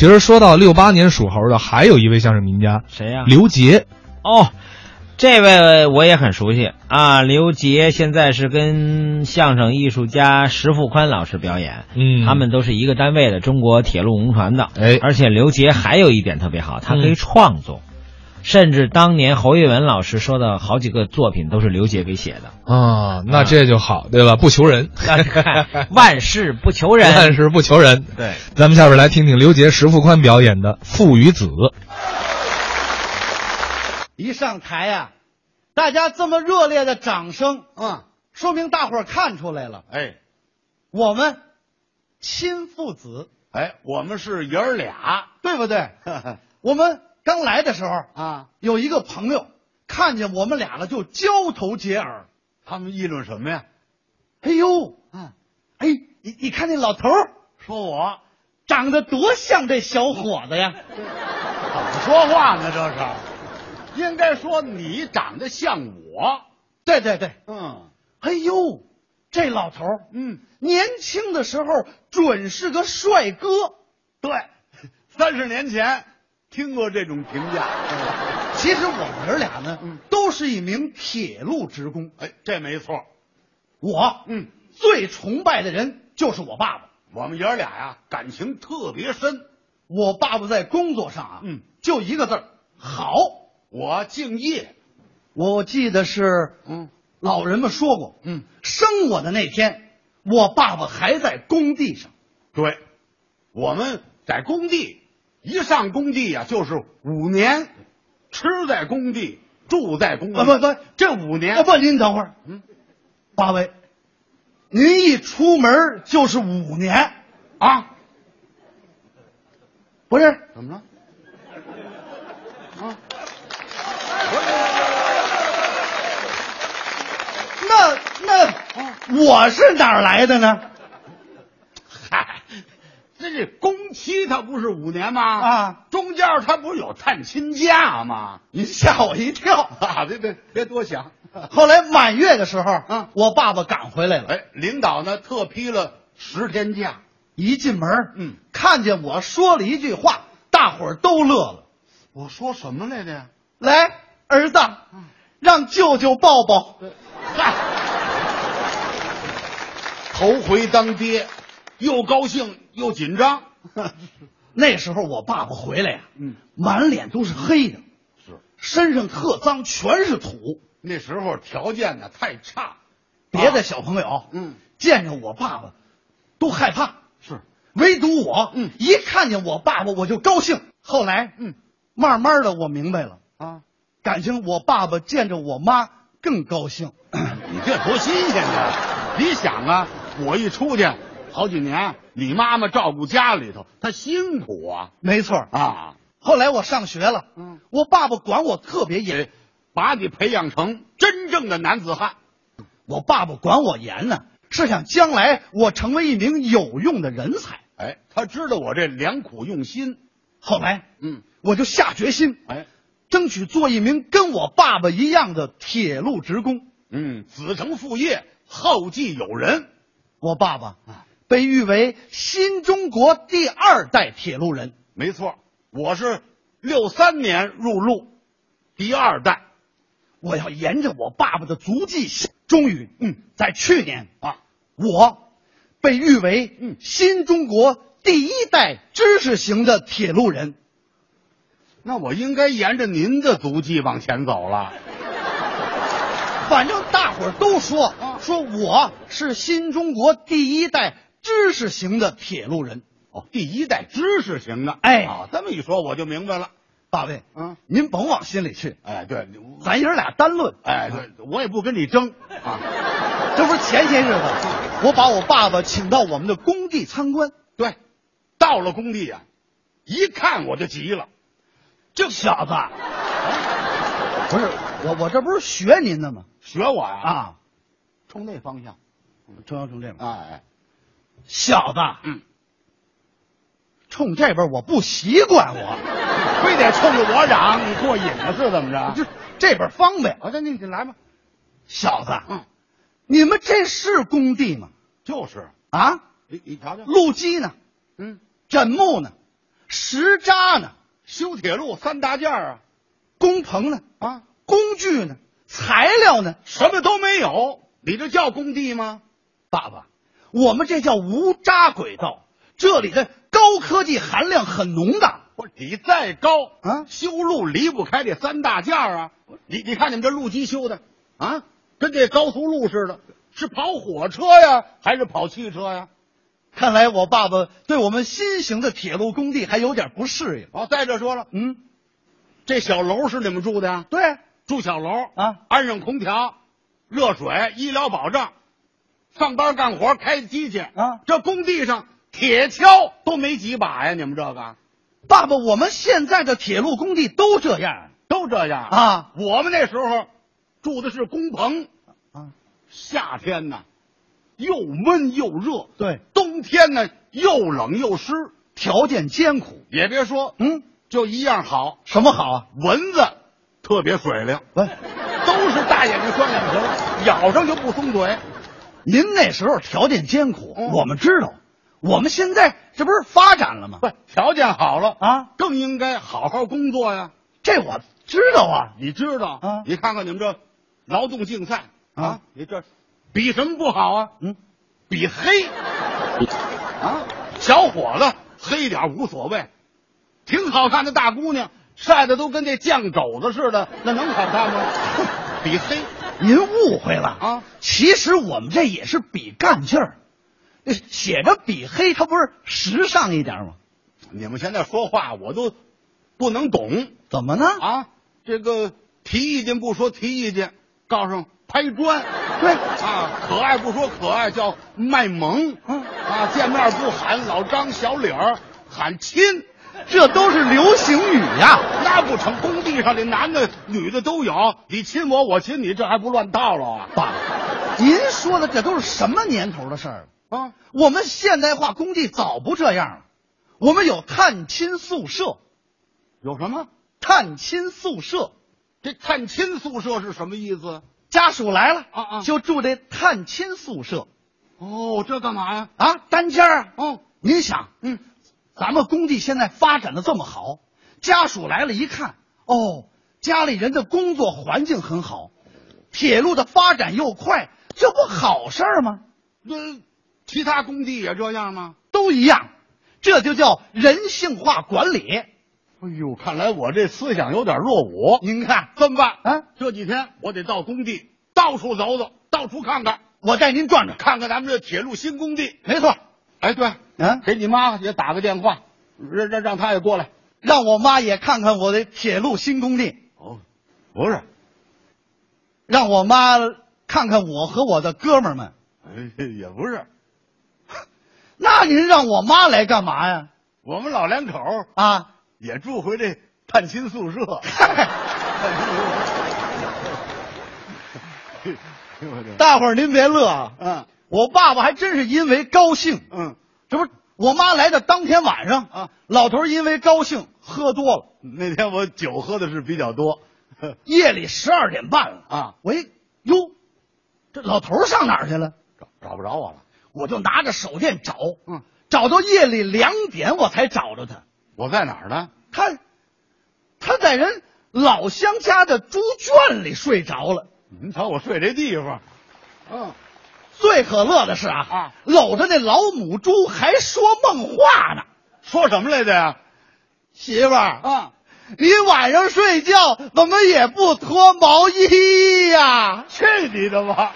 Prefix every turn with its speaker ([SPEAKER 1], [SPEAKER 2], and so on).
[SPEAKER 1] 其实说到六八年属猴的，还有一位相声名家
[SPEAKER 2] 谁呀、
[SPEAKER 1] 刘杰，
[SPEAKER 2] 哦，这位我也很熟悉啊。刘杰现在是跟相声艺术家石富宽老师表演，
[SPEAKER 1] 嗯
[SPEAKER 2] 他们都是一个单位的，中国铁路文传的。
[SPEAKER 1] 哎
[SPEAKER 2] 而且刘杰还有一点特别好，他可以
[SPEAKER 1] 嗯
[SPEAKER 2] 创作，甚至当年侯月文老师说的好几个作品都是刘杰给写 的。
[SPEAKER 1] 啊，
[SPEAKER 2] 嗯
[SPEAKER 1] 那这就好，对吧？不求人，
[SPEAKER 2] 那你看，万事不求人。
[SPEAKER 1] 但是不求人。
[SPEAKER 2] 对，
[SPEAKER 1] 咱们下边来听听刘杰、石富宽表演的《父与子》。
[SPEAKER 3] 一上台呀、大家这么热烈的掌声，
[SPEAKER 4] 啊，
[SPEAKER 3] 说明大伙儿看出来了，
[SPEAKER 4] 哎，
[SPEAKER 3] 我们亲父子，
[SPEAKER 4] 哎，我们是爷儿俩，
[SPEAKER 3] 对不对？我们刚来的时候，
[SPEAKER 4] 啊，
[SPEAKER 3] 有一个朋友看见我们俩了，就交头接耳。
[SPEAKER 4] 他们议论什么呀？
[SPEAKER 3] 哎呦，
[SPEAKER 4] 啊，
[SPEAKER 3] 哎，你你看那老头儿
[SPEAKER 4] 说我
[SPEAKER 3] 长得多像这小伙子呀！
[SPEAKER 4] 怎么说话呢？这是，应该说你长得像我。
[SPEAKER 3] 对对对，
[SPEAKER 4] 嗯
[SPEAKER 3] 哎呦，这老头儿
[SPEAKER 4] 嗯，
[SPEAKER 3] 年轻的时候准是个帅哥。
[SPEAKER 4] 对，三十年前听过这种评价。嗯
[SPEAKER 3] 其实我们爷儿俩呢，都是一名铁路职工。
[SPEAKER 4] 哎，这没错。
[SPEAKER 3] 我，
[SPEAKER 4] 嗯，
[SPEAKER 3] 最崇拜的人就是我爸爸。
[SPEAKER 4] 我们爷儿俩呀，感情特别深。
[SPEAKER 3] 我爸爸在工作上啊，
[SPEAKER 4] 嗯，
[SPEAKER 3] 就一个字儿好。
[SPEAKER 4] 我敬业。
[SPEAKER 3] 我记得是
[SPEAKER 4] 嗯
[SPEAKER 3] 老人们说过，
[SPEAKER 4] 嗯，
[SPEAKER 3] 生我的那天，我爸爸还在工地上。
[SPEAKER 4] 对，我们在工地，一上工地呀、就是五年，吃在工地，住在工地。
[SPEAKER 3] 啊不不，
[SPEAKER 4] 这五年
[SPEAKER 3] 啊不，您等会儿，
[SPEAKER 4] 哎嗯，
[SPEAKER 3] 八位，您一出门就是五年，
[SPEAKER 4] 啊，
[SPEAKER 3] 不是？
[SPEAKER 4] 怎么了？啊，
[SPEAKER 3] 那
[SPEAKER 4] 哦
[SPEAKER 3] 那我是哪儿来的呢？
[SPEAKER 4] 嗨，这是工期，它不是五年吗？
[SPEAKER 3] 啊，
[SPEAKER 4] 中间它不是有探亲假吗？
[SPEAKER 3] 您吓我一跳。
[SPEAKER 4] 啊，别别别多想。
[SPEAKER 3] 后来满月的时候，
[SPEAKER 4] 嗯
[SPEAKER 3] 我爸爸赶回来了。
[SPEAKER 4] 哎，领导呢特批了十天假。
[SPEAKER 3] 一进门，
[SPEAKER 4] 嗯，
[SPEAKER 3] 看见我说了一句话，大伙儿都乐了。
[SPEAKER 4] 我说什么来着呀？
[SPEAKER 3] 来，儿子，
[SPEAKER 4] 嗯
[SPEAKER 3] 让舅舅抱抱。
[SPEAKER 4] 嗨，头回当爹，又高兴又紧张。
[SPEAKER 3] 那时候我爸爸回来呀、
[SPEAKER 4] 嗯，
[SPEAKER 3] 满脸都是黑的，
[SPEAKER 4] 是
[SPEAKER 3] 身上特脏，全是土。
[SPEAKER 4] 那时候条件呢太差，
[SPEAKER 3] 别的小朋友，
[SPEAKER 4] 嗯，
[SPEAKER 3] 见着我爸爸都害怕，
[SPEAKER 4] 是
[SPEAKER 3] 唯独我，
[SPEAKER 4] 嗯
[SPEAKER 3] 一看见我爸爸我就高兴。后来，
[SPEAKER 4] 嗯，
[SPEAKER 3] 慢慢的我明白了，
[SPEAKER 4] 啊，
[SPEAKER 3] 感情我爸爸见着我妈更高兴。
[SPEAKER 4] 你这多新鲜呀！你想啊，我一出去好几年，你妈妈照顾家里头，她辛苦啊
[SPEAKER 3] 没错儿，
[SPEAKER 4] 啊，
[SPEAKER 3] 后来我上学了，
[SPEAKER 4] 嗯，
[SPEAKER 3] 我爸爸管我特别严
[SPEAKER 4] 也，把你培养成真正的男子汉。
[SPEAKER 3] 我爸爸管我严呢，是想将来我成为一名有用的人才。
[SPEAKER 4] 哎，他知道我这良苦用心。
[SPEAKER 3] 后来，
[SPEAKER 4] 嗯，
[SPEAKER 3] 我就下决心，
[SPEAKER 4] 哎，
[SPEAKER 3] 争取做一名跟我爸爸一样的铁路职工。
[SPEAKER 4] 嗯，子承父业，后继有人。
[SPEAKER 3] 我爸爸
[SPEAKER 4] 啊
[SPEAKER 3] 被誉为新中国第二代铁路人。
[SPEAKER 4] 没错，我是六三年入陆，第二代
[SPEAKER 3] 我要沿着我爸爸的足迹，终于，
[SPEAKER 4] 嗯，
[SPEAKER 3] 在去年，
[SPEAKER 4] 啊。
[SPEAKER 3] 我被誉为
[SPEAKER 4] 嗯
[SPEAKER 3] 新中国第一代知识型的铁路人。
[SPEAKER 4] 那我应该沿着您的足迹往前走了。
[SPEAKER 3] 反正大伙儿都说
[SPEAKER 4] 啊
[SPEAKER 3] 说我是新中国第一代知识型的铁路人。
[SPEAKER 4] 哦，第一代知识型的。
[SPEAKER 3] 哎
[SPEAKER 4] 啊，这么一说我就明白了。
[SPEAKER 3] 八位，
[SPEAKER 4] 嗯，
[SPEAKER 3] 您甭往心里去，
[SPEAKER 4] 哎，对，你我
[SPEAKER 3] 咱爷儿俩单论。
[SPEAKER 4] 哎，对，我也不跟你争啊。
[SPEAKER 3] 这不是前些日子，我把我爸爸请到我们的工地参观，
[SPEAKER 4] 对，到了工地呀、一看我就急了。
[SPEAKER 3] 这小子，不是我，我这不是学您的吗？
[SPEAKER 4] 学我呀、，
[SPEAKER 3] 啊，
[SPEAKER 4] 冲那方向。
[SPEAKER 3] 中央中这边，
[SPEAKER 4] 哎，
[SPEAKER 3] 小子，
[SPEAKER 4] 嗯，
[SPEAKER 3] 冲这边我不习惯我，
[SPEAKER 4] 非得冲着我嚷，你过瘾啊了是怎么着？
[SPEAKER 3] 这这边方便。
[SPEAKER 4] 好的，那你来吧。
[SPEAKER 3] 小子，
[SPEAKER 4] 嗯，
[SPEAKER 3] 你们这是工地吗？
[SPEAKER 4] 就是，
[SPEAKER 3] 啊，
[SPEAKER 4] 你你瞧瞧，
[SPEAKER 3] 路基呢？
[SPEAKER 4] 嗯，
[SPEAKER 3] 枕木呢？石渣呢，
[SPEAKER 4] 修铁路三大件儿啊
[SPEAKER 3] 工棚呢，
[SPEAKER 4] 啊，
[SPEAKER 3] 工具呢，材料呢。
[SPEAKER 4] 什么都没有，你这叫工地吗？
[SPEAKER 3] 爸爸，我们这叫无渣轨道，这里的高科技含量很浓的。
[SPEAKER 4] 不是，你再高
[SPEAKER 3] 啊
[SPEAKER 4] 修路离不开这三大件儿啊。你你看你们这路基修的啊，跟这高速路似的，是跑火车呀，还是跑汽车呀？
[SPEAKER 3] 看来我爸爸对我们新型的铁路工地还有点不适应。
[SPEAKER 4] 哦，再者说了，
[SPEAKER 3] 嗯，
[SPEAKER 4] 这小楼是你们住的呀？
[SPEAKER 3] 对，
[SPEAKER 4] 住小楼
[SPEAKER 3] 啊，
[SPEAKER 4] 安上空调、热水、医疗保障，上班干活开机去
[SPEAKER 3] 啊
[SPEAKER 4] 这工地上铁锹都没几把呀，你们这个
[SPEAKER 3] 爸爸，我们现在的铁路工地都这样
[SPEAKER 4] 都这样？
[SPEAKER 3] 啊。
[SPEAKER 4] 我们那时候住的是工棚，
[SPEAKER 3] 啊，
[SPEAKER 4] 夏天呢又闷又热，
[SPEAKER 3] 对，
[SPEAKER 4] 冬天呢又冷又湿，
[SPEAKER 3] 条件艰苦。
[SPEAKER 4] 也别说，
[SPEAKER 3] 嗯，
[SPEAKER 4] 就一样好，
[SPEAKER 3] 什么好啊？
[SPEAKER 4] 蚊子特别水灵，
[SPEAKER 3] 喂，
[SPEAKER 4] 都是大眼睛双眼皮儿，咬上就不松嘴。
[SPEAKER 3] 您那时候条件艰苦，
[SPEAKER 4] 嗯
[SPEAKER 3] 我们知道。我们现在这不是发展了吗？
[SPEAKER 4] 不，条件好了
[SPEAKER 3] 啊，
[SPEAKER 4] 更应该好好工作呀。
[SPEAKER 3] 这我知道啊。
[SPEAKER 4] 你知道
[SPEAKER 3] 啊
[SPEAKER 4] 你看看你们这劳动竞赛
[SPEAKER 3] 啊，
[SPEAKER 4] 你这比什么不好啊？
[SPEAKER 3] 嗯，
[SPEAKER 4] 比黑啊，小伙子黑点儿无所谓，挺好看的大姑娘晒得都跟这酱肘子似的，那能好看吗？比黑
[SPEAKER 3] 您误会了
[SPEAKER 4] 啊！
[SPEAKER 3] 其实我们这也是比干劲儿，呃写着比黑，它不是时尚一点吗？
[SPEAKER 4] 你们现在说话我都不能懂
[SPEAKER 3] 怎么呢？
[SPEAKER 4] 啊！这个提意见不说提意见，告诉拍砖。
[SPEAKER 3] 对，
[SPEAKER 4] 啊，可爱不说可爱，叫卖萌。
[SPEAKER 3] 嗯
[SPEAKER 4] 啊，见面不喊老张小李儿，喊亲，
[SPEAKER 3] 这都是流行语呀、
[SPEAKER 4] 那不成？工地上这男的女的都有，你亲我，我亲你，这还不乱套了啊？
[SPEAKER 3] 爸，您说的这都是什么年头的事儿了？
[SPEAKER 4] 啊，
[SPEAKER 3] 我们现代化工地早不这样了，我们有探亲宿舍，
[SPEAKER 4] 有什么？
[SPEAKER 3] 探亲宿舍，
[SPEAKER 4] 这探亲宿舍是什么意思？
[SPEAKER 3] 家属来了
[SPEAKER 4] 啊啊
[SPEAKER 3] 就住这探亲宿舍
[SPEAKER 4] 哦，这干嘛呀？
[SPEAKER 3] 啊，单间儿啊。
[SPEAKER 4] 哦，
[SPEAKER 3] 您想，
[SPEAKER 4] 嗯，
[SPEAKER 3] 咱们工地现在发展的这么好，家属来了一看，哦，家里人的工作环境很好，铁路的发展又快，这不好事儿吗？
[SPEAKER 4] 那其他工地也这样吗？
[SPEAKER 3] 都一样，这就叫人性化管理。
[SPEAKER 4] 哎呦，看来我这思想有点落伍。
[SPEAKER 3] 您看，
[SPEAKER 4] 这么办
[SPEAKER 3] 啊
[SPEAKER 4] 这几天我得到工地到处走走，到处看看。
[SPEAKER 3] 我带您转转，
[SPEAKER 4] 看看咱们这铁路新工地。
[SPEAKER 3] 没错，
[SPEAKER 4] 哎，对，
[SPEAKER 3] 嗯，
[SPEAKER 4] 给你妈也打个电话，让让让她也过来。
[SPEAKER 3] 让我妈也看看我的铁路新工地，
[SPEAKER 4] 哦，不是，
[SPEAKER 3] 让我妈看看我和我的哥们儿们。
[SPEAKER 4] 哎，也不是，
[SPEAKER 3] 那您让我妈来干嘛呀？
[SPEAKER 4] 我们老两口
[SPEAKER 3] 啊，
[SPEAKER 4] 也住回这探亲宿舍。
[SPEAKER 3] 大伙儿您别乐啊，
[SPEAKER 4] 嗯
[SPEAKER 3] 我爸爸还真是因为高兴，
[SPEAKER 4] 嗯，
[SPEAKER 3] 这不是我妈来的当天晚上
[SPEAKER 4] 啊，
[SPEAKER 3] 老头儿因为高兴喝多了，
[SPEAKER 4] 那天我酒喝的是比较多，
[SPEAKER 3] 夜里十二点半了
[SPEAKER 4] 啊，
[SPEAKER 3] 我一哟，这老头儿上哪儿去了？
[SPEAKER 4] 找找不着我了。
[SPEAKER 3] 我就拿着手电找，
[SPEAKER 4] 嗯，
[SPEAKER 3] 找到夜里两点我才找着他，
[SPEAKER 4] 我在哪儿呢？
[SPEAKER 3] 他他在人老乡家的猪圈里睡着了。
[SPEAKER 4] 您瞧我睡这地方，嗯，
[SPEAKER 3] 最可乐的是啊，
[SPEAKER 4] 啊
[SPEAKER 3] 搂着那老母猪还说梦话呢，
[SPEAKER 4] 说什么来着呀？
[SPEAKER 3] 媳妇儿
[SPEAKER 4] 啊，
[SPEAKER 3] 你晚上睡觉怎么也不脱毛衣呀、
[SPEAKER 4] 去你的吧！